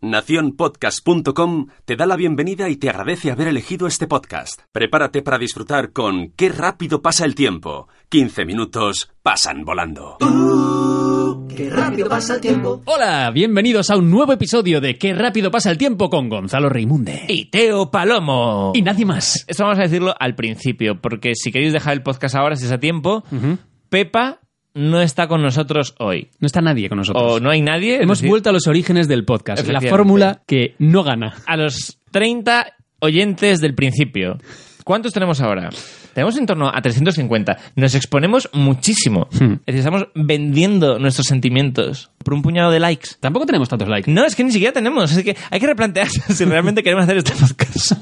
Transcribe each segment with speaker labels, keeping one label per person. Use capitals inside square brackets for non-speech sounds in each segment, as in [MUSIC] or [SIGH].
Speaker 1: Nacionpodcast.com te da la bienvenida y te agradece haber elegido este podcast. Prepárate para disfrutar con Qué rápido pasa el tiempo. 15 minutos pasan volando.
Speaker 2: Qué rápido pasa el tiempo.
Speaker 3: Hola, bienvenidos a un nuevo episodio de Qué rápido pasa el tiempo con Gonzalo Reimunde.
Speaker 4: y Teo Palomo.
Speaker 3: Y nadie más.
Speaker 4: Esto vamos a decirlo al principio, porque si queréis dejar el podcast ahora, si es a tiempo, Pepa no está con nosotros hoy.
Speaker 3: No está nadie con nosotros.
Speaker 4: O no hay nadie. es
Speaker 3: Hemos
Speaker 4: decir,
Speaker 3: vuelto a los orígenes del podcast, la
Speaker 4: Efectivamente.
Speaker 3: fórmula que no gana.
Speaker 4: a los 30 oyentes del principio. ¿Cuántos tenemos ahora? Tenemos en torno a 350. Nos exponemos muchísimo. Es decir, estamos vendiendo nuestros sentimientos por un puñado de likes.
Speaker 3: Tampoco tenemos tantos likes.
Speaker 4: No, es que ni siquiera tenemos. Es que hay que replantearse [LAUGHS] si realmente queremos hacer este podcast.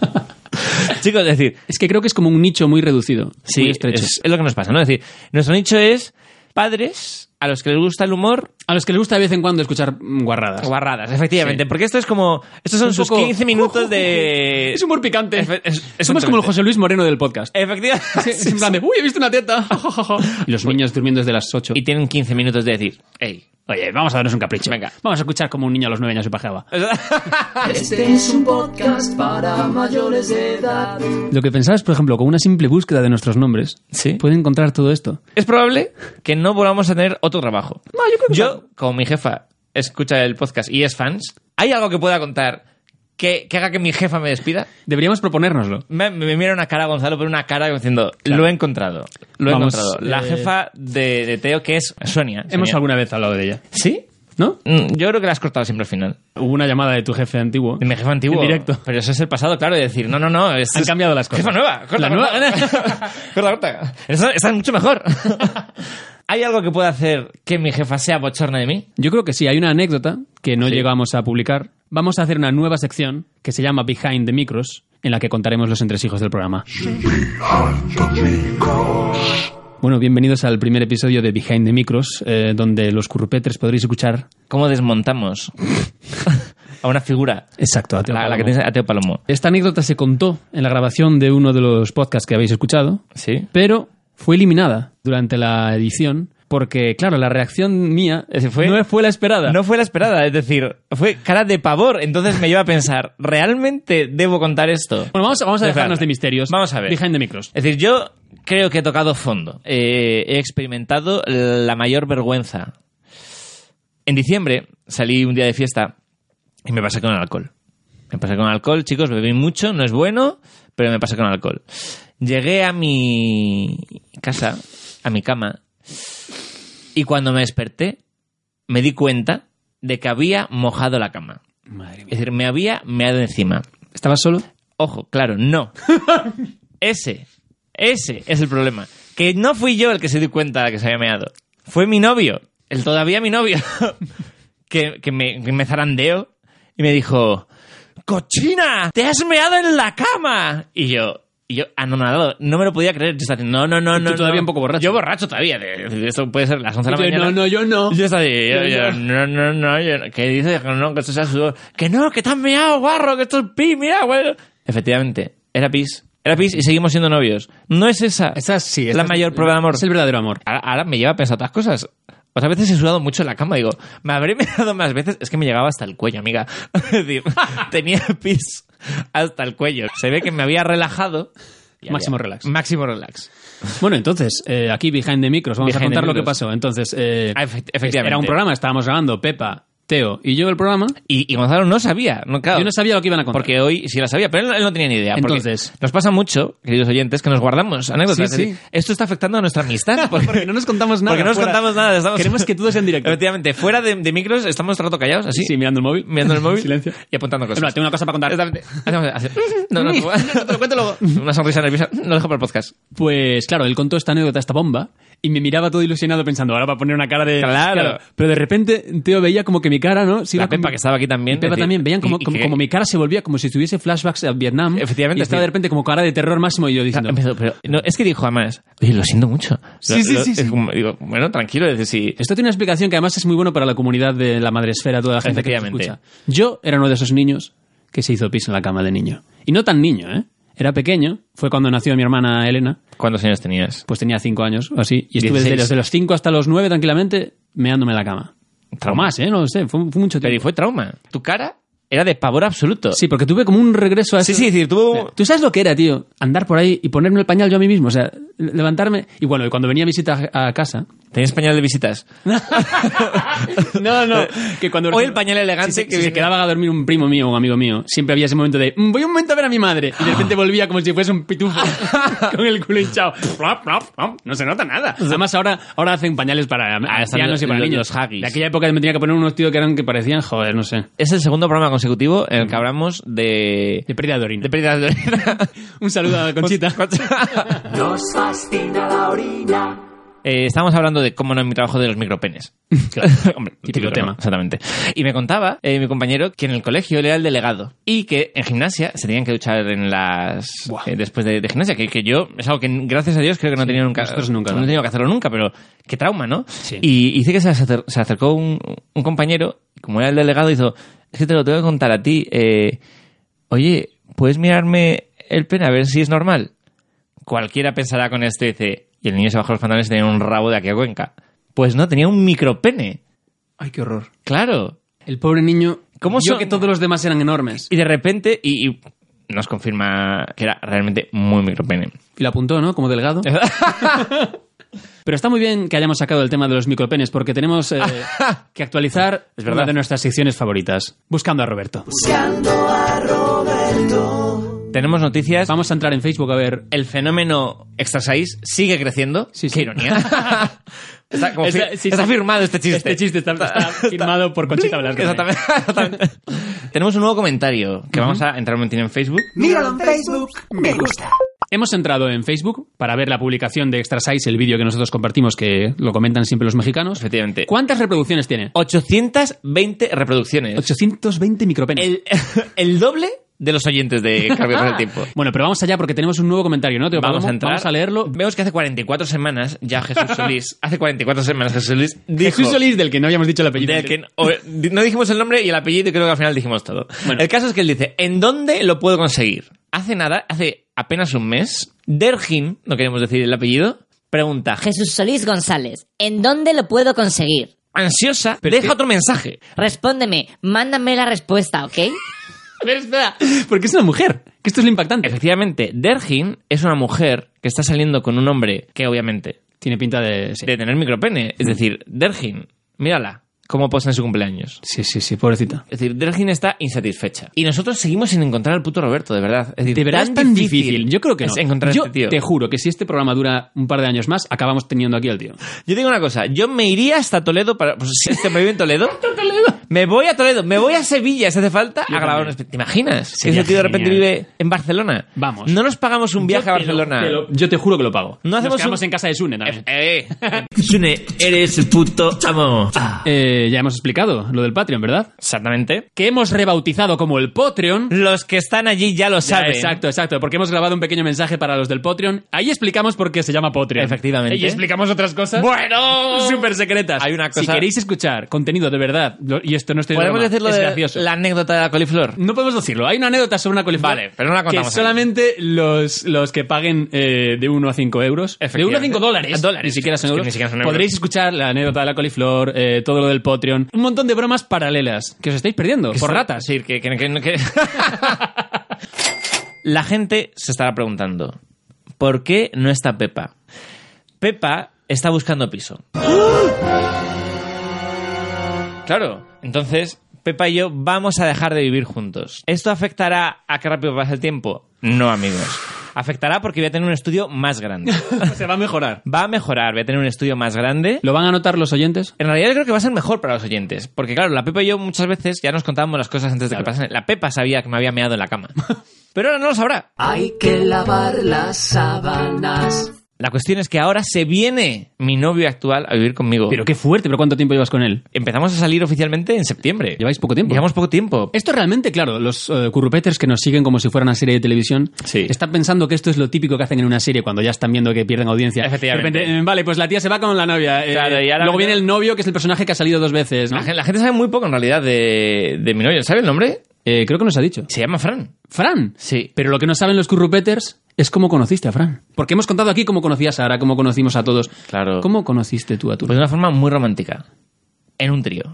Speaker 4: [LAUGHS] Chicos, es decir,
Speaker 3: Es que creo que es como un nicho muy reducido, muy
Speaker 4: Sí,
Speaker 3: estrecho.
Speaker 4: Es, es lo que nos pasa, ¿no? Es decir, nuestro nicho es padres a los que les gusta el humor
Speaker 3: A los que les gusta de vez en cuando escuchar mm, guarradas.
Speaker 4: o barradas, efectivamente. Porque esto es como. Estos son
Speaker 3: un
Speaker 4: sus
Speaker 3: poco-
Speaker 4: 15 minutos
Speaker 3: [LAUGHS]
Speaker 4: de.
Speaker 3: Es humor picante.
Speaker 4: Efe- es-
Speaker 3: Somos
Speaker 4: exactamente.
Speaker 3: como el José Luis Moreno del podcast. [LAUGHS]
Speaker 4: Efectivamente.
Speaker 3: Es en plan de, uy, he visto una
Speaker 4: [LAUGHS]
Speaker 3: teta. y los niños durmiendo desde las 8.
Speaker 4: Y tienen 15 minutos de decir, hey.
Speaker 3: Oye, vamos a darnos un capricho.
Speaker 4: Venga.
Speaker 3: Vamos a escuchar como un niño a los 9 años se pajeaba.
Speaker 2: Este es un podcast para mayores de edad.
Speaker 3: Lo que pensabas, por ejemplo, con una simple búsqueda de nuestros nombres,
Speaker 4: Sí.
Speaker 3: puede encontrar todo esto.
Speaker 4: Es probable que no volvamos a tener otro trabajo. yo como mi jefa escucha el podcast y es fans, ¿hay algo que pueda contar que, que haga que mi jefa me despida?
Speaker 3: Deberíamos proponérnoslo.
Speaker 4: Me, me mira una cara Gonzalo, pero una cara diciendo, lo he encontrado, lo he
Speaker 3: Vamos,
Speaker 4: encontrado. La
Speaker 3: eh,
Speaker 4: jefa de, de Teo, que es Sonia.
Speaker 3: Hemos
Speaker 4: Sonia.
Speaker 3: alguna vez hablado de ella,
Speaker 4: ¿Sí?
Speaker 3: ¿no?
Speaker 4: Mm, Yo creo que la has cortado siempre al final.
Speaker 3: Hubo una llamada de tu jefe antiguo.
Speaker 4: De mi jefa antiguo.
Speaker 3: En directo.
Speaker 4: Pero eso es el pasado, claro, de decir, no, no, no. es-
Speaker 3: Han cambiado las cosas.
Speaker 4: Jefa nueva. Corta,
Speaker 3: La
Speaker 4: corta.
Speaker 3: nueva-
Speaker 4: [LAUGHS] corta, corta. Esta- esta es mucho mejor. [LAUGHS] ¿Hay algo que pueda hacer que mi jefa sea bochorna de mí?
Speaker 3: [LAUGHS] Yo creo que sí, hay una anécdota que no llegamos a publicar. Vamos a hacer una nueva sección que se llama Behind the Micros, en la que contaremos los entresijos del programa. Bueno, bienvenidos al primer episodio de Behind the Micros, eh, donde los currupetres podréis escuchar.
Speaker 4: ¿Cómo desmontamos a una figura?
Speaker 3: Exacto, a Teo
Speaker 4: La, la que
Speaker 3: Palomo.
Speaker 4: tienes a Teo Palomo.
Speaker 3: Esta anécdota se contó en la grabación de uno de los podcasts que habéis escuchado,
Speaker 4: ¿Sí?
Speaker 3: pero fue eliminada durante la edición porque, claro, la reacción mía
Speaker 4: Ese fue-
Speaker 3: no fue la esperada.
Speaker 4: No fue la esperada, es decir, fue cara de pavor. Entonces me lleva a pensar, ¿realmente debo contar esto?
Speaker 3: Bueno, vamos, a- vamos a
Speaker 4: Dejar.
Speaker 3: dejarnos de misterios.
Speaker 4: Vamos a ver.
Speaker 3: Behind the micros.
Speaker 4: Es decir, yo creo que he tocado fondo. Eh, he experimentado la mayor vergüenza. En diciembre salí un día de fiesta y me pasé con el alcohol. Me pasé con alcohol, chicos, bebí mucho, no es bueno, pero me pasé con alcohol. Llegué a mi casa, a mi cama, y cuando me desperté, me di cuenta de que había mojado la cama.
Speaker 3: Madre mía.
Speaker 4: Es decir, me había meado encima.
Speaker 3: ¿Estabas solo?
Speaker 4: Ojo, claro,
Speaker 3: [LAUGHS]
Speaker 4: no. Ese, ese es el problema. Que no fui yo el que se dio cuenta de que se había meado. Fue mi novio, el todavía mi novio, [LAUGHS] que, que me, que me zarandeó y me dijo, ¡Cochina! ¡Te has meado en la cama! Y yo, y yo anonadado, no me lo podía creer. Yo estaba diciendo, no, no, no,
Speaker 3: Y tú
Speaker 4: no.
Speaker 3: todavía
Speaker 4: no".
Speaker 3: un poco borracho.
Speaker 4: Yo borracho todavía. de- de- de- Esto puede ser las 11 de la
Speaker 3: Yo,
Speaker 4: mañana.
Speaker 3: no, no, yo no.
Speaker 4: Yo estaba ahí, yo-
Speaker 3: Yo-
Speaker 4: yo,
Speaker 3: yo.
Speaker 4: no, no, no, yo no. ¿Qué dices? Que no, que esto sea sudor. Que no, que te has meado, guarro, que esto es pis, mira, güey. Efectivamente, era pis. Era pis y seguimos siendo novios. No es esa.
Speaker 3: Esa sí,
Speaker 4: la
Speaker 3: esta es-
Speaker 4: mayor prueba de amor.
Speaker 3: Es el verdadero amor.
Speaker 4: Ahora, ahora me lleva a pensar otras cosas. O sea, a veces he sudado mucho en la cama. Digo, me habré [LAUGHS] mirado más veces. Es que me llegaba hasta el cuello, amiga. [LAUGHS]
Speaker 3: [LAUGHS]
Speaker 4: Es decir, tenía pis hasta el cuello. Se ve que me había relajado. Y
Speaker 3: Máximo relax.
Speaker 4: Máximo relax.
Speaker 3: Bueno, entonces, eh, aquí Behind the Micros, vamos
Speaker 4: Behind
Speaker 3: a
Speaker 4: the
Speaker 3: contar lo que
Speaker 4: Micros.
Speaker 3: pasó. Entonces, eh,
Speaker 4: Ah, efect- efectivamente.
Speaker 3: era un programa, estábamos grabando Pepa, Teo y yo el programa.
Speaker 4: Y, y Gonzalo no sabía. No, claro.
Speaker 3: Yo no sabía lo que iban a contar.
Speaker 4: Porque hoy sí la sabía, pero él, no- él no tenía ni idea. porque
Speaker 3: Entonces.
Speaker 4: nos pasa mucho, queridos oyentes, que nos guardamos anécdotas.
Speaker 3: Sí,
Speaker 4: Es decir,
Speaker 3: sí.
Speaker 4: Esto está afectando a nuestra amistad.
Speaker 3: [LAUGHS] [LAUGHS]
Speaker 4: Porque,
Speaker 3: Porque no nos contamos nada.
Speaker 4: [LAUGHS] porque no nos
Speaker 3: fuera-
Speaker 4: contamos nada. estamos-
Speaker 3: Queremos que todo sea en directo.
Speaker 4: [LAUGHS] Efectivamente, fuera de, de micros estamos todo el rato callados, así.
Speaker 3: ¿Ah, Sí, mirando el móvil.
Speaker 4: Mirando el [LAUGHS] móvil.
Speaker 3: Silencio.
Speaker 4: Y apuntando
Speaker 3: Es verdad,
Speaker 4: cosas.
Speaker 3: tengo una cosa para contar.
Speaker 4: Exactamente. Hacemos-
Speaker 3: [LAUGHS]
Speaker 4: hace- No, no, no. Una sonrisa nerviosa. No dejo para el podcast.
Speaker 3: Pues claro, él contó esta anécdota, esta bomba, y me miraba todo ilusionado pensando, ahora va a poner una cara de...
Speaker 4: Claro.
Speaker 3: Pero de repente, Teo veía como que mi cara, ¿no? Se
Speaker 4: La
Speaker 3: iba como-
Speaker 4: Pepa que estaba aquí también.
Speaker 3: Y Pepa
Speaker 4: decir,
Speaker 3: también, veían como,
Speaker 4: ¿y- y
Speaker 3: como,
Speaker 4: qué?
Speaker 3: como mi cara se volvía como si tuviese flashbacks a Vietnam.
Speaker 4: Efectivamente,
Speaker 3: Y estaba
Speaker 4: sí.
Speaker 3: de repente como cara de terror máximo y yo
Speaker 4: Ah,
Speaker 3: diciendo...
Speaker 4: empezó, pero- no, es que dijo además, oye, lo siento mucho.
Speaker 3: Sí,
Speaker 4: Lo-
Speaker 3: sí,
Speaker 4: lo-
Speaker 3: sí,
Speaker 4: es
Speaker 3: sí.
Speaker 4: como- digo, bueno, tranquilo, es decir, si-
Speaker 3: Esto tiene una explicación que además es muy bueno para la comunidad de la madresfera, toda la gente que nos
Speaker 4: Efectivamente.
Speaker 3: escucha. Yo era uno de esos niños que se hizo pis en la cama de niño. Y no tan niño, ¿eh? Era pequeño, fue cuando nació mi hermana Elena,
Speaker 4: ¿cuántos años tenías?
Speaker 3: pues tenía cinco años o así, y estuve desde,
Speaker 4: 16.
Speaker 3: desde los cinco hasta los nueve tranquilamente meándome en la cama. O
Speaker 4: Trauma.
Speaker 3: más, ¿eh? No lo sé, fue, fue mucho
Speaker 4: Pero y
Speaker 3: tiempo.
Speaker 4: fue trauma. Tu cara era de pavor absoluto.
Speaker 3: Sí, porque tuve como un regreso a
Speaker 4: sí,
Speaker 3: eso.
Speaker 4: sí, es decir, tú...
Speaker 3: ¿Tú sabes lo que era, tío? Andar por ahí y ponerme el pañal yo a mí mismo, o sea, le- levantarme... Y bueno, y cuando venía a visita a a
Speaker 4: [LAUGHS]
Speaker 3: casa,
Speaker 4: Tenías pañal de visitas.
Speaker 3: No, no. Que cuando
Speaker 4: O el pañal elegante
Speaker 3: Si se-
Speaker 4: que
Speaker 3: si se
Speaker 4: viene-
Speaker 3: quedaba a dormir un primo mío o un amigo mío, siempre había ese momento de "Mm, voy un momento a ver a mi madre. Y de
Speaker 4: [LAUGHS]
Speaker 3: repente volvía como si fuese un pitufo [LAUGHS] con el culo hinchado. Plop, plop, plop. No se nota nada. Pues Además, ahora, ahora hacen pañales para
Speaker 4: Ah, están
Speaker 3: ancianos y para
Speaker 4: los-
Speaker 3: niños.
Speaker 4: los Huggies.
Speaker 3: De aquella época me tenía que poner unos tíos que eran que parecían, joder, no sé.
Speaker 4: Es el segundo programa consecutivo en el que hablamos de...
Speaker 3: De pérdida de orina.
Speaker 4: de pérdidas
Speaker 3: [LAUGHS]
Speaker 4: de orina.
Speaker 3: Un saludo a Conchita.
Speaker 2: Nos fascina la orina.
Speaker 4: Eh, estábamos hablando de cómo no en mi trabajo de
Speaker 3: [LAUGHS]
Speaker 4: los micropenes. [LAUGHS] Hombre,
Speaker 3: Típico tema.
Speaker 4: Exactamente. Y me contaba eh, mi compañero que en el colegio él era el delegado y que en gimnasia se tenían que duchar en las
Speaker 3: Buah.
Speaker 4: eh, después de, de gimnasia, que, que yo es algo que gracias a Dios creo que no he tenido nunca.
Speaker 3: nosotros nunca,
Speaker 4: No he
Speaker 3: no.
Speaker 4: tenido que hacerlo nunca, pero qué trauma, ¿no?
Speaker 3: Sí.
Speaker 4: Y dice que se acer- se acercó un, un compañero, y como era el delegado, hizo, es que te lo tengo que contar a ti. eh, Oye, ¿puedes mirarme el pene a ver si es normal? Cualquiera pensará con esto y dice, y el niño se bajó los pantalones y tenía un rabo de aquí a cuenca. Pues no, tenía un micropene.
Speaker 3: Ay, qué horror.
Speaker 4: Claro.
Speaker 3: El pobre niño.
Speaker 4: ¿Cómo
Speaker 3: vio
Speaker 4: son-
Speaker 3: que todos los demás eran enormes.
Speaker 4: Y de repente, y, y nos confirma que era realmente muy micropene.
Speaker 3: Y lo apuntó, ¿no? Como
Speaker 4: [LAUGHS]
Speaker 3: delgado. Pero está muy bien que hayamos sacado el tema de los micropenes porque tenemos
Speaker 4: [LAUGHS]
Speaker 3: eh, que actualizar
Speaker 4: Es verdad. Pues
Speaker 3: una de nuestras secciones favoritas. Buscando a Roberto.
Speaker 4: Tenemos noticias.
Speaker 3: Vamos a entrar en Facebook a ver.
Speaker 4: El fenómeno Extra 6 sigue creciendo.
Speaker 3: Sí, sí.
Speaker 4: Qué ironía. [LAUGHS] está, como
Speaker 3: Está-
Speaker 4: fi-
Speaker 3: sí,
Speaker 4: está
Speaker 3: sí.
Speaker 4: firmado este chiste.
Speaker 3: Este chiste está,
Speaker 4: [LAUGHS]
Speaker 3: está firmado por Conchita Blasco.
Speaker 4: Exactamente. exactamente. Tenemos un nuevo comentario que vamos a entrar un momentín en Facebook.
Speaker 2: Míralo en Facebook, me gusta.
Speaker 3: Hemos entrado en Facebook para ver la publicación de Extra Size, el vídeo que nosotros compartimos que lo comentan siempre los mexicanos.
Speaker 4: Efectivamente.
Speaker 3: ¿Cuántas reproducciones tiene?
Speaker 4: 820 reproducciones.
Speaker 3: 820 micropenes.
Speaker 4: El, [LAUGHS] el doble de los oyentes de Cambiar el Tiempo.
Speaker 3: Ah. Bueno, pero vamos allá porque tenemos un nuevo comentario, ¿no? Teo?
Speaker 4: Vamos a
Speaker 3: [LAUGHS]
Speaker 4: entrar.
Speaker 3: Vamos a leerlo.
Speaker 4: Vemos que hace 44 semanas
Speaker 3: [LAUGHS]
Speaker 4: ya Jesús Solís, hace 44 semanas Jesús Solís dijo...
Speaker 3: Jesús Solís, del que no habíamos dicho el apellido.
Speaker 4: del que no, o- di- no dijimos el nombre y el apellido y creo que al final dijimos todo.
Speaker 3: Bueno.
Speaker 4: El caso es que él dice, ¿en dónde lo puedo conseguir? Hace nada, hace apenas un mes, Dergin, no queremos decir el apellido, pregunta,
Speaker 5: Jesús Solís González, ¿en dónde lo puedo conseguir?
Speaker 4: ansiosa, deja otro mensaje.
Speaker 5: Respóndeme, mándame la respuesta, ¿ok?
Speaker 4: [LAUGHS] Pero espera,
Speaker 3: Porque es una mujer. Que esto es lo impactante.
Speaker 4: Efectivamente, Dergin es una mujer que está saliendo con un hombre que obviamente
Speaker 3: Tiene pinta de... sí.
Speaker 4: de tener micropene. Es decir, Dergin, mírala, cómo posa en su cumpleaños.
Speaker 3: Sí, sí, sí, pobrecita.
Speaker 4: Es decir, Dergin está insatisfecha. Y nosotros seguimos sin encontrar al puto Roberto, de verdad. Es decir,
Speaker 3: De verdad es tan difícil. Yo creo que no.
Speaker 4: es encontrar a
Speaker 3: Yo
Speaker 4: este tío.
Speaker 3: te juro que si este programa dura un par de años más, acabamos teniendo aquí al tío.
Speaker 4: Yo digo una cosa, yo me iría hasta Toledo para. Pues, si este me vive
Speaker 3: [LAUGHS]
Speaker 4: en Toledo. Me voy a Toledo, me voy a Sevilla si hace falta a grabar un espe- ¿Te imaginas? Que
Speaker 3: Sería
Speaker 4: ese tío de repente
Speaker 3: genial.
Speaker 4: vive en Barcelona.
Speaker 3: Vamos.
Speaker 4: No nos pagamos un viaje a
Speaker 3: Yo te lo-
Speaker 4: Barcelona.
Speaker 3: te lo- yo te juro que lo pago.
Speaker 4: No hacemos
Speaker 3: Nos quedamos
Speaker 4: un-
Speaker 3: en casa de Sune también.
Speaker 4: Eh, eh. Sune, eres el puto amo.
Speaker 3: Eh, ya hemos explicado lo del Patreon, ¿verdad?
Speaker 4: Exactamente.
Speaker 3: Que hemos rebautizado como el Patreon.
Speaker 4: Los que están allí ya lo
Speaker 3: Ya,
Speaker 4: saben.
Speaker 3: Exacto, exacto, porque hemos grabado un pequeño mensaje para los del Patreon. Ahí explicamos por qué se llama Patreon.
Speaker 4: Efectivamente.
Speaker 3: Y explicamos otras cosas.
Speaker 4: Bueno.
Speaker 3: Súper secretas.
Speaker 4: Hay una
Speaker 3: Si
Speaker 4: cosa-
Speaker 3: queréis escuchar contenido de verdad, lo- y esto no estoy de
Speaker 4: ¿Podemos
Speaker 3: broma,
Speaker 4: decirlo
Speaker 3: es
Speaker 4: de
Speaker 3: gracioso.
Speaker 4: la anécdota de la coliflor?
Speaker 3: No podemos decirlo. Hay una anécdota sobre una coliflor.
Speaker 4: Vale, pero no la
Speaker 3: Que
Speaker 4: contamos aquí.
Speaker 3: solamente los, los que paguen eh, de 1 a 5 euros. De 1 a 5 dólares.
Speaker 4: A dólares.
Speaker 3: Ni siquiera son
Speaker 4: Es que
Speaker 3: euros.
Speaker 4: ni siquiera son euros.
Speaker 3: Podréis escuchar la anécdota de la coliflor, eh, todo lo del Patreon. Un montón de bromas paralelas que os estáis perdiendo por ratas.
Speaker 4: Sí, que, que- que- que- [LAUGHS] La gente se estará preguntando, ¿por qué no está Pepa? Pepa está buscando piso. Claro, entonces Pepa y yo vamos a dejar de vivir juntos. ¿Esto afectará a qué rápido pasa el tiempo? No, amigos. Afectará porque voy a tener un estudio más grande.
Speaker 3: [LAUGHS] Se va a mejorar.
Speaker 4: Va a mejorar, voy a tener un estudio más grande.
Speaker 3: ¿Lo van a notar los oyentes?
Speaker 4: En realidad yo creo que va a ser mejor para los oyentes. Porque claro, la Pepa y yo muchas veces ya nos contábamos las cosas antes de que pasasen. La Pepa sabía que me había [LAUGHS] meado en la cama. Pero ahora no lo sabrá.
Speaker 2: Hay que lavar las sábanas.
Speaker 4: La cuestión es que ahora se viene mi novio actual a vivir conmigo.
Speaker 3: Pero qué fuerte, pero ¿cuánto tiempo llevas con él?
Speaker 4: empezamos a salir oficialmente en septiembre.
Speaker 3: Lleváis poco tiempo.
Speaker 4: Llevamos poco tiempo. Eh,
Speaker 3: Esto realmente, claro, los eh, currupeters que nos siguen como si fuera una serie de televisión,
Speaker 4: Sí.
Speaker 3: están pensando que esto es lo típico que hacen en una serie cuando ya están viendo que pierden audiencia.
Speaker 4: Efectivamente.
Speaker 3: De repente, eh, vale, pues la tía se va con la novia. eh,
Speaker 4: Claro, y ahora-
Speaker 3: luego viene el novio, que es el personaje que ha salido dos veces. ¿no?
Speaker 4: La, gen- la gente sabe muy poco en realidad de, de mi novio. ¿Sabe el nombre?
Speaker 3: Eh, creo que nos ha dicho.
Speaker 4: Se llama Fran.
Speaker 3: Fran.
Speaker 4: Sí.
Speaker 3: Pero lo que no saben los currupeters es cómo conociste a Fran. Porque hemos contado aquí cómo conocí a Sara, cómo conocimos a todos.
Speaker 4: Claro.
Speaker 3: ¿Cómo conociste tú a tu
Speaker 4: Pues de una forma muy romántica. En un trío.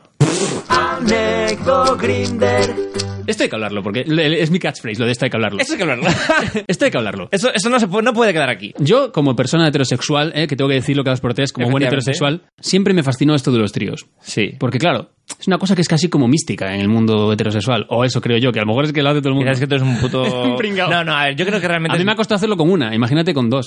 Speaker 3: Esto hay que hablarlo, porque le- le- es mi catchphrase, lo de esto hay que hablarlo.
Speaker 4: Eso hay que hablarlo. [LAUGHS]
Speaker 3: esto hay que hablarlo.
Speaker 4: eso eso no, se puede, no puede quedar aquí.
Speaker 3: Yo, como persona heterosexual, eh, que tengo que decirlo cada dos por tres, como buen
Speaker 4: Efectivamente.
Speaker 3: heterosexual, siempre me fascinó esto de los tríos.
Speaker 4: Sí.
Speaker 3: Porque, claro, es una cosa que es casi como mística en el mundo heterosexual. O eso creo yo, que a lo mejor es que lo hace todo el mundo.
Speaker 4: Quizás es que tú eres
Speaker 3: [LAUGHS]
Speaker 4: un puto...
Speaker 3: Un pringao.
Speaker 4: no, no, a ver, yo creo que realmente...
Speaker 3: A mí
Speaker 4: es- [LAUGHS]
Speaker 3: me ha costado hacerlo con una, imagínate con
Speaker 4: Eh,
Speaker 3: dos.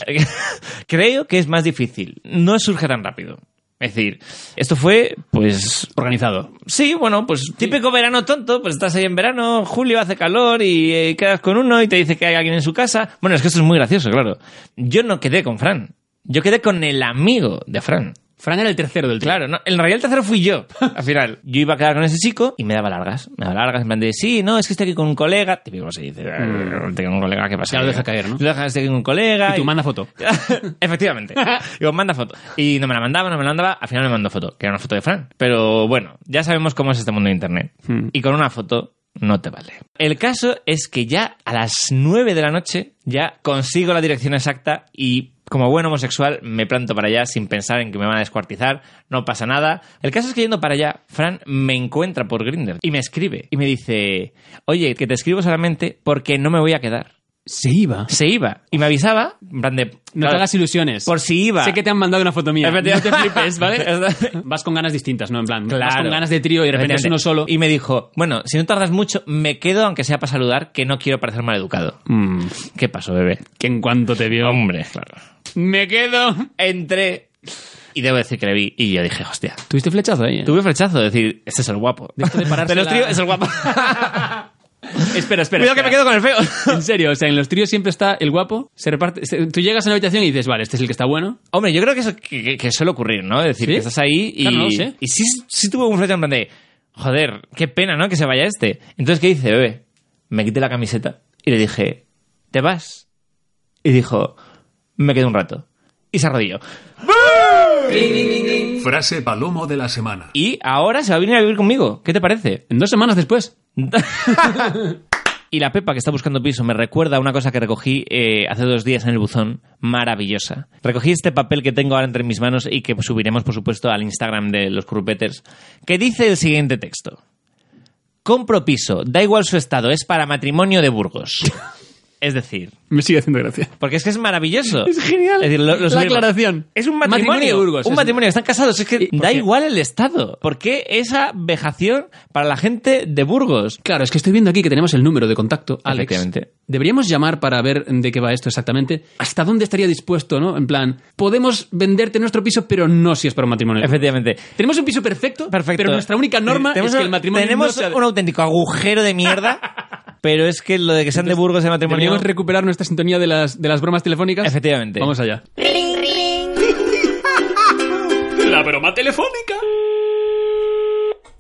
Speaker 4: creo que es más difícil. No surge tan rápido. Es decir, esto fue, pues,
Speaker 3: Organizado.
Speaker 4: Sí, bueno, pues típico verano tonto, pues estás ahí en verano, julio hace calor y eh, quedas con uno y te dice que hay alguien en su casa. Bueno, es que esto es muy gracioso, claro. Yo no quedé con Fran, yo quedé con el amigo de Fran.
Speaker 3: Fran era el tercero del trío.
Speaker 4: Claro, no, en realidad el tercero fui yo, al final. Yo iba a quedar con ese chico y me daba largas. Me daba largas en plan de, sí, no, es que estoy aquí con un colega. Típico cómo se dice, "Ah, estoy con un colega, ¿qué pasa?
Speaker 3: Mm. Ya lo deja caer, ¿no?
Speaker 4: Lo dejas, estoy con un colega.
Speaker 3: Y tú manda foto.
Speaker 4: [LAUGHS] Efectivamente. Digo, manda foto. Y no me la mandaba, no me la mandaba. Al final me mandó foto, que era una foto de Fran. Pero bueno, ya sabemos cómo es este mundo de internet.
Speaker 3: Hmm.
Speaker 4: Y con una foto no te vale. El caso es que ya a las 9 de la noche ya consigo la dirección exacta y como buen homosexual me planto para allá sin pensar en que me van a descuartizar, no pasa nada. El caso es que yendo para allá, Fran me encuentra por Grindr y me escribe y me dice, "Oye, que te escribo solamente porque no me voy a quedar."
Speaker 3: Se iba.
Speaker 4: Se iba y me avisaba, en plan de,
Speaker 3: No
Speaker 4: claro,
Speaker 3: te hagas ilusiones.
Speaker 4: por si iba.
Speaker 3: Sé que te han mandado una foto mía. No te
Speaker 4: Efectivamente. [LAUGHS]
Speaker 3: flipes, ¿vale? Vas con ganas distintas, ¿no? En plan, vas con ganas de trío y de repente es
Speaker 4: Efectivamente.
Speaker 3: uno solo.
Speaker 4: Y me dijo, bueno, si no tardas mucho, me quedo aunque sea para saludar, que no quiero parecer maleducado.
Speaker 3: Mm,
Speaker 4: ¿Qué pasó, bebé?
Speaker 3: que en cuanto te vio.
Speaker 4: Hombre, claro.
Speaker 3: Me quedo.
Speaker 4: Entré y debo decir que le vi y yo dije, hostia.
Speaker 3: Tuviste flechazo ahí. eh?
Speaker 4: Tuve flechazo de decir, este es el guapo. De, [LAUGHS]
Speaker 3: esto de pararse
Speaker 4: los
Speaker 3: la-
Speaker 4: tríos es el guapo.
Speaker 3: Espera, espera.
Speaker 4: Cuidado que
Speaker 3: espera.
Speaker 4: me quedo con el
Speaker 3: [LAUGHS]
Speaker 4: feo.
Speaker 3: En serio, o sea, en los tríos siempre está el guapo. Se reparte. se- tú llegas a la habitación y dices, vale, este es el que está bueno.
Speaker 4: Hombre, yo creo que eso que, que- que suele ocurrir, ¿no? Es decir,
Speaker 3: ¿Sí?
Speaker 4: que estás ahí y,
Speaker 3: Claro, no lo sé.
Speaker 4: y sí, sí tuve un flete en plan de, joder, qué pena, ¿no? Que se vaya este. Entonces, ¿qué hice, bebé? Me quité la camiseta y le dije, ¿te vas? Y dijo, me quedo un rato. Y se arrodilló.
Speaker 6: Frase palomo de la semana.
Speaker 4: Y ahora se va a venir a vivir conmigo. ¿Qué te parece?
Speaker 3: En dos semanas después.
Speaker 4: y la Pepa que está buscando piso me recuerda una cosa que recogí eh, hace dos días en el buzón, maravillosa. Recogí este papel que tengo ahora entre mis manos y que subiremos, por supuesto, al Instagram de los Currupeters, que dice el siguiente texto. Compro piso, da igual su estado, es para matrimonio
Speaker 3: [LAUGHS]
Speaker 4: de Burgos. es decir,
Speaker 3: Me sigue haciendo gracia.
Speaker 4: porque es que es maravilloso.
Speaker 3: Es genial.
Speaker 4: decir, lo- lo
Speaker 3: La
Speaker 4: subimos.
Speaker 3: aclaración.
Speaker 4: Es un matrimonio.
Speaker 3: Matrimonio de Burgos,
Speaker 4: Un
Speaker 3: es-
Speaker 4: matrimonio. Están casados. Es que
Speaker 3: ¿Y por
Speaker 4: da
Speaker 3: qué?
Speaker 4: igual el estado. ¿Por qué esa vejación para la gente de Burgos?
Speaker 3: Claro, es que estoy viendo aquí que tenemos el número de contacto, Alex.
Speaker 4: Efectivamente.
Speaker 3: Deberíamos llamar para ver de qué va esto exactamente. ¿Hasta dónde estaría dispuesto, no? En plan, podemos venderte nuestro piso, pero no si es para un matrimonio.
Speaker 4: [LAUGHS] Efectivamente.
Speaker 3: Tenemos un piso perfecto,
Speaker 4: Perfecto.
Speaker 3: pero nuestra única norma
Speaker 4: Tenemos
Speaker 3: es que
Speaker 4: un-
Speaker 3: el matrimonio
Speaker 4: Tenemos
Speaker 3: no sea de-
Speaker 4: un auténtico agujero
Speaker 3: [LAUGHS]
Speaker 4: de mierda. pero es que lo de que sean de Burgos el matrimonio.
Speaker 3: Deberíamos recuperar nuestra sintonía de las, de las bromas telefónicas.
Speaker 4: Efectivamente.
Speaker 3: Vamos allá.
Speaker 6: La broma telefónica.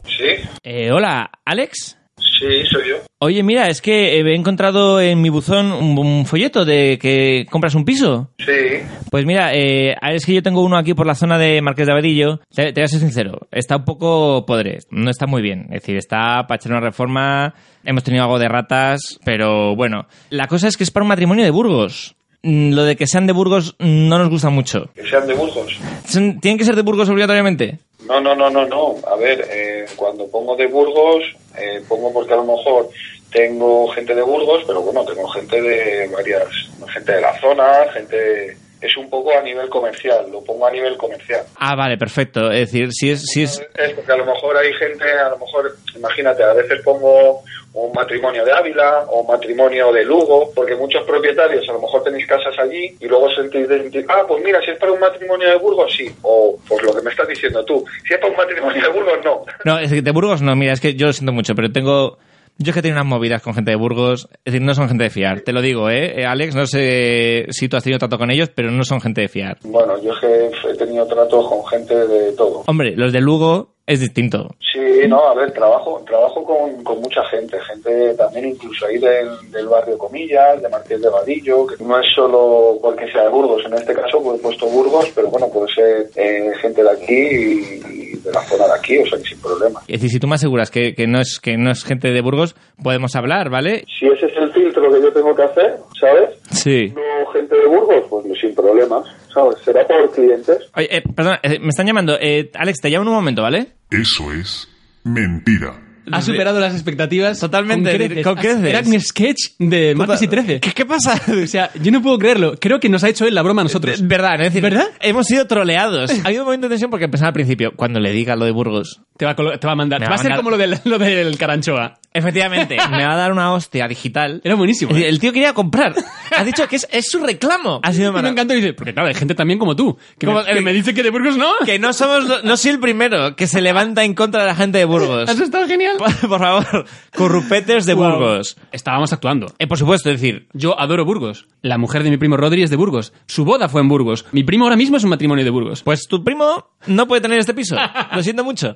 Speaker 7: Sí,
Speaker 4: Eh, hola, Alex.
Speaker 7: sí, soy yo.
Speaker 4: Oye, mira, es que eh, he encontrado en mi buzón un, un folleto de que compras un piso.
Speaker 7: Sí,
Speaker 4: Pues mira, eh, es que yo tengo uno aquí por la zona de Marqués de Abadillo. Te, te voy a ser sincero, está un poco podre, no está muy bien. Es decir, está para echar una reforma, hemos tenido algo de ratas, pero bueno. La cosa es que es para un matrimonio de Burgos. Mm, Lo de que sean de Burgos mm, no nos gusta mucho.
Speaker 7: que sean de Burgos.
Speaker 4: Son- ¿Tienen que ser de Burgos obligatoriamente?
Speaker 7: No, no, no, no, no. A ver, eh, cuando pongo de Burgos, eh, pongo porque a lo mejor tengo gente de Burgos, pero bueno, tengo gente de varias, gente de la zona, gente... Es un poco a nivel comercial, lo pongo a nivel comercial.
Speaker 4: Ah, vale, perfecto. Es decir, si es... Si es...
Speaker 7: Es porque a lo mejor hay gente, a lo mejor, imagínate, a veces pongo un matrimonio de Ávila o un matrimonio de Lugo, porque muchos propietarios a lo mejor tenéis casas allí y luego sentís, sentís, ah, pues mira, si es para un matrimonio de Burgos, sí, o pues lo que me estás diciendo tú, si es para un matrimonio de Burgos, no.
Speaker 4: No, es que de Burgos no, mira, es que yo lo siento mucho, pero tengo... Yo es que tengo unas movidas con gente de Burgos. Es decir, no son gente de fiar. Te lo digo, ¿eh? Eh, Alex, no sé si tú has tenido trato con ellos, pero no son gente de fiar.
Speaker 7: Bueno, yo es que he tenido tratos con gente de todo.
Speaker 4: Hombre, los de Lugo es distinto.
Speaker 7: Sí, no, a ver, trabajo trabajo con, con mucha gente, gente también incluso ahí del, del barrio Comillas, de Martín de Vadillo, que no es solo porque sea de Burgos, en este caso pues he puesto Burgos, pero bueno, puede ser eh, gente de aquí y, y de la zona de aquí, o sea que sin problema.
Speaker 4: Es decir, si tú me aseguras que, que, no es, que no es gente de Burgos, podemos hablar, ¿vale?
Speaker 7: Si ese es el filtro que yo tengo que hacer, ¿sabes?
Speaker 4: Sí.
Speaker 7: No gente de Burgos, pues sin problemas, ¿sabes? Será por clientes.
Speaker 4: Oye, eh, perdona, eh, me están llamando. Eh, Alex, te llamo en un momento, ¿vale?
Speaker 8: Eso es mentira.
Speaker 3: Ha superado las expectativas.
Speaker 4: Totalmente,
Speaker 3: con creces.
Speaker 4: con creces.
Speaker 3: Era un sketch de martes y 13.
Speaker 4: ¿Qué, qué pasa?
Speaker 3: [LAUGHS] O sea, yo no puedo creerlo. Creo que nos ha hecho él la broma a nosotros.
Speaker 4: Verdad, es decir,
Speaker 3: ¿Verdad?
Speaker 4: hemos sido [LAUGHS] troleados. Ha habido un momento de tensión porque pensaba al principio, cuando le diga lo de Burgos,
Speaker 3: Te va a, colo- te va a mandar.
Speaker 4: Me
Speaker 3: Va,
Speaker 4: va
Speaker 3: a
Speaker 4: a
Speaker 3: ser
Speaker 4: mandar-
Speaker 3: como lo del, lo del caranchoa.
Speaker 4: efectivamente, me va a dar una hostia digital.
Speaker 3: Era buenísimo.
Speaker 4: Es decir,
Speaker 3: ¿eh?
Speaker 4: El tío quería comprar. Ha dicho que es, es su reclamo. Ha sido
Speaker 3: Y me
Speaker 4: maravilloso.
Speaker 3: encanta y dice, porque claro, hay gente también como tú. Que,
Speaker 4: Como-
Speaker 3: me, que me dice que de Burgos no.
Speaker 4: Que no somos, lo- no soy el primero que se levanta en contra de la gente de Burgos.
Speaker 3: [LAUGHS] Has estado genial.
Speaker 4: [LAUGHS] Por, por favor, corrupetes de
Speaker 3: Wow.
Speaker 4: Burgos.
Speaker 3: Estábamos actuando.
Speaker 4: Eh, por supuesto, es decir,
Speaker 3: Yo adoro Burgos. La mujer de mi primo Rodri es de Burgos. Su boda fue en Burgos. Mi primo ahora mismo es un matrimonio de Burgos.
Speaker 4: pues tu primo no puede tener este piso. Lo siento mucho.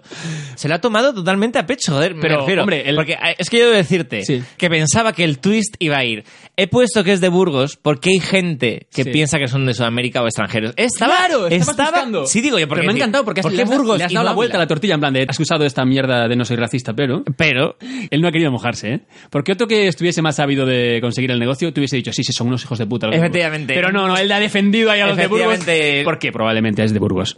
Speaker 4: Se lo ha tomado totalmente a pecho, joder, me
Speaker 3: Pero,
Speaker 4: refiero.
Speaker 3: hombre, el-
Speaker 4: Porque eh, es que yo debo decirte
Speaker 3: Sí.
Speaker 4: que pensaba que el twist iba a ir. He puesto que es de Burgos porque hay gente que
Speaker 3: Sí.
Speaker 4: piensa que son de Sudamérica o extranjeros. Estaba,
Speaker 3: Claro, estabas
Speaker 4: estaba,
Speaker 3: buscando.
Speaker 4: Sí, digo yo, porque
Speaker 3: Pero me ha encantado porque has,
Speaker 4: ¿por qué
Speaker 3: le has da-
Speaker 4: Burgos
Speaker 3: le has
Speaker 4: y
Speaker 3: dado
Speaker 4: no
Speaker 3: la vuelta a
Speaker 4: Ávila?
Speaker 3: la tortilla en plan de has usado esta mierda de no soy racista, pero
Speaker 4: Pero
Speaker 3: él no ha querido mojarse, ¿eh? Porque otro que estuviese más sabido de conseguir el negocio te hubiese dicho, sí, sí, son unos hijos de puta. los de Burgos".
Speaker 4: Efectivamente.
Speaker 3: Pero no, no, él le ha defendido ahí a los de Burgos.
Speaker 4: Efectivamente.
Speaker 3: Porque probablemente es de
Speaker 4: [LAUGHS]
Speaker 3: Burgos.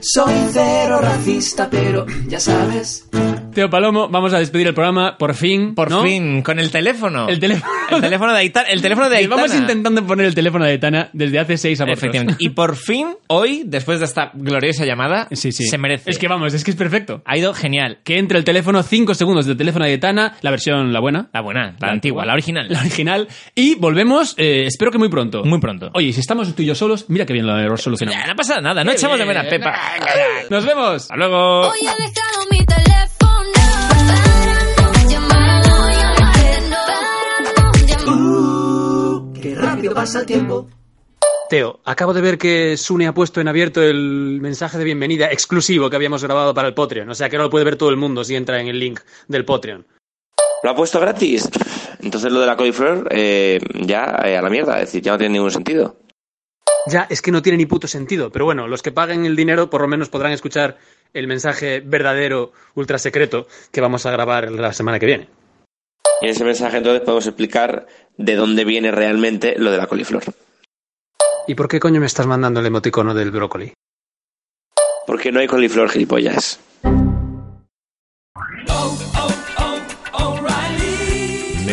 Speaker 2: Soy cero racista, pero ya sabes.
Speaker 3: Teo Palomo, vamos a despedir el programa, por fin.
Speaker 4: Por
Speaker 3: ¿no?
Speaker 4: fin, con el teléfono.
Speaker 3: El teléfono.
Speaker 4: El teléfono de Aitana. El teléfono de Aitana.
Speaker 3: Llevamos intentando poner el teléfono de Tana desde hace seis años.
Speaker 4: Efectivamente. Y por fin, hoy, después de esta gloriosa llamada,
Speaker 3: [LAUGHS] Sí, sí.
Speaker 4: se merece.
Speaker 3: Es que vamos, es que es perfecto.
Speaker 4: ha ido genial.
Speaker 3: Que entre el teléfono, cinco segundos del teléfono de Tana, la versión, la buena.
Speaker 4: La buena, la, antigua, la original.
Speaker 3: La original. Y volvemos, eh, espero que muy pronto.
Speaker 4: Muy pronto.
Speaker 3: Oye, y si estamos tú y yo solos, mira qué bien lo hemos solucionado.
Speaker 4: Ya, no pasa nada, no echamos de menos, Pepa.
Speaker 3: [LAUGHS] ¡Nos vemos!
Speaker 4: Hasta luego.
Speaker 9: Hoy he dejado mi teléfono para no llamar, para no llamar.
Speaker 2: Qué rápido pasa el tiempo.
Speaker 10: Teo, acabo de ver que Sune ha puesto en abierto el mensaje de bienvenida exclusivo que habíamos grabado para el Patreon. O sea que no lo puede ver todo el mundo si entra en el link del Patreon.
Speaker 11: ¿Lo ha puesto gratis? Entonces lo de la coliflor eh, ya eh, a la mierda, es decir, ya no tiene ningún sentido.
Speaker 10: Ya, es que no tiene ni puto sentido. Pero bueno, los que paguen el dinero por lo menos podrán escuchar el mensaje verdadero, ultra secreto, que vamos a grabar la semana que viene.
Speaker 11: En ese mensaje entonces podemos explicar de dónde viene realmente lo de la coliflor.
Speaker 10: ¿Y por qué coño me estás mandando el emoticono del brócoli?
Speaker 11: Porque no hay coliflor, gilipollas.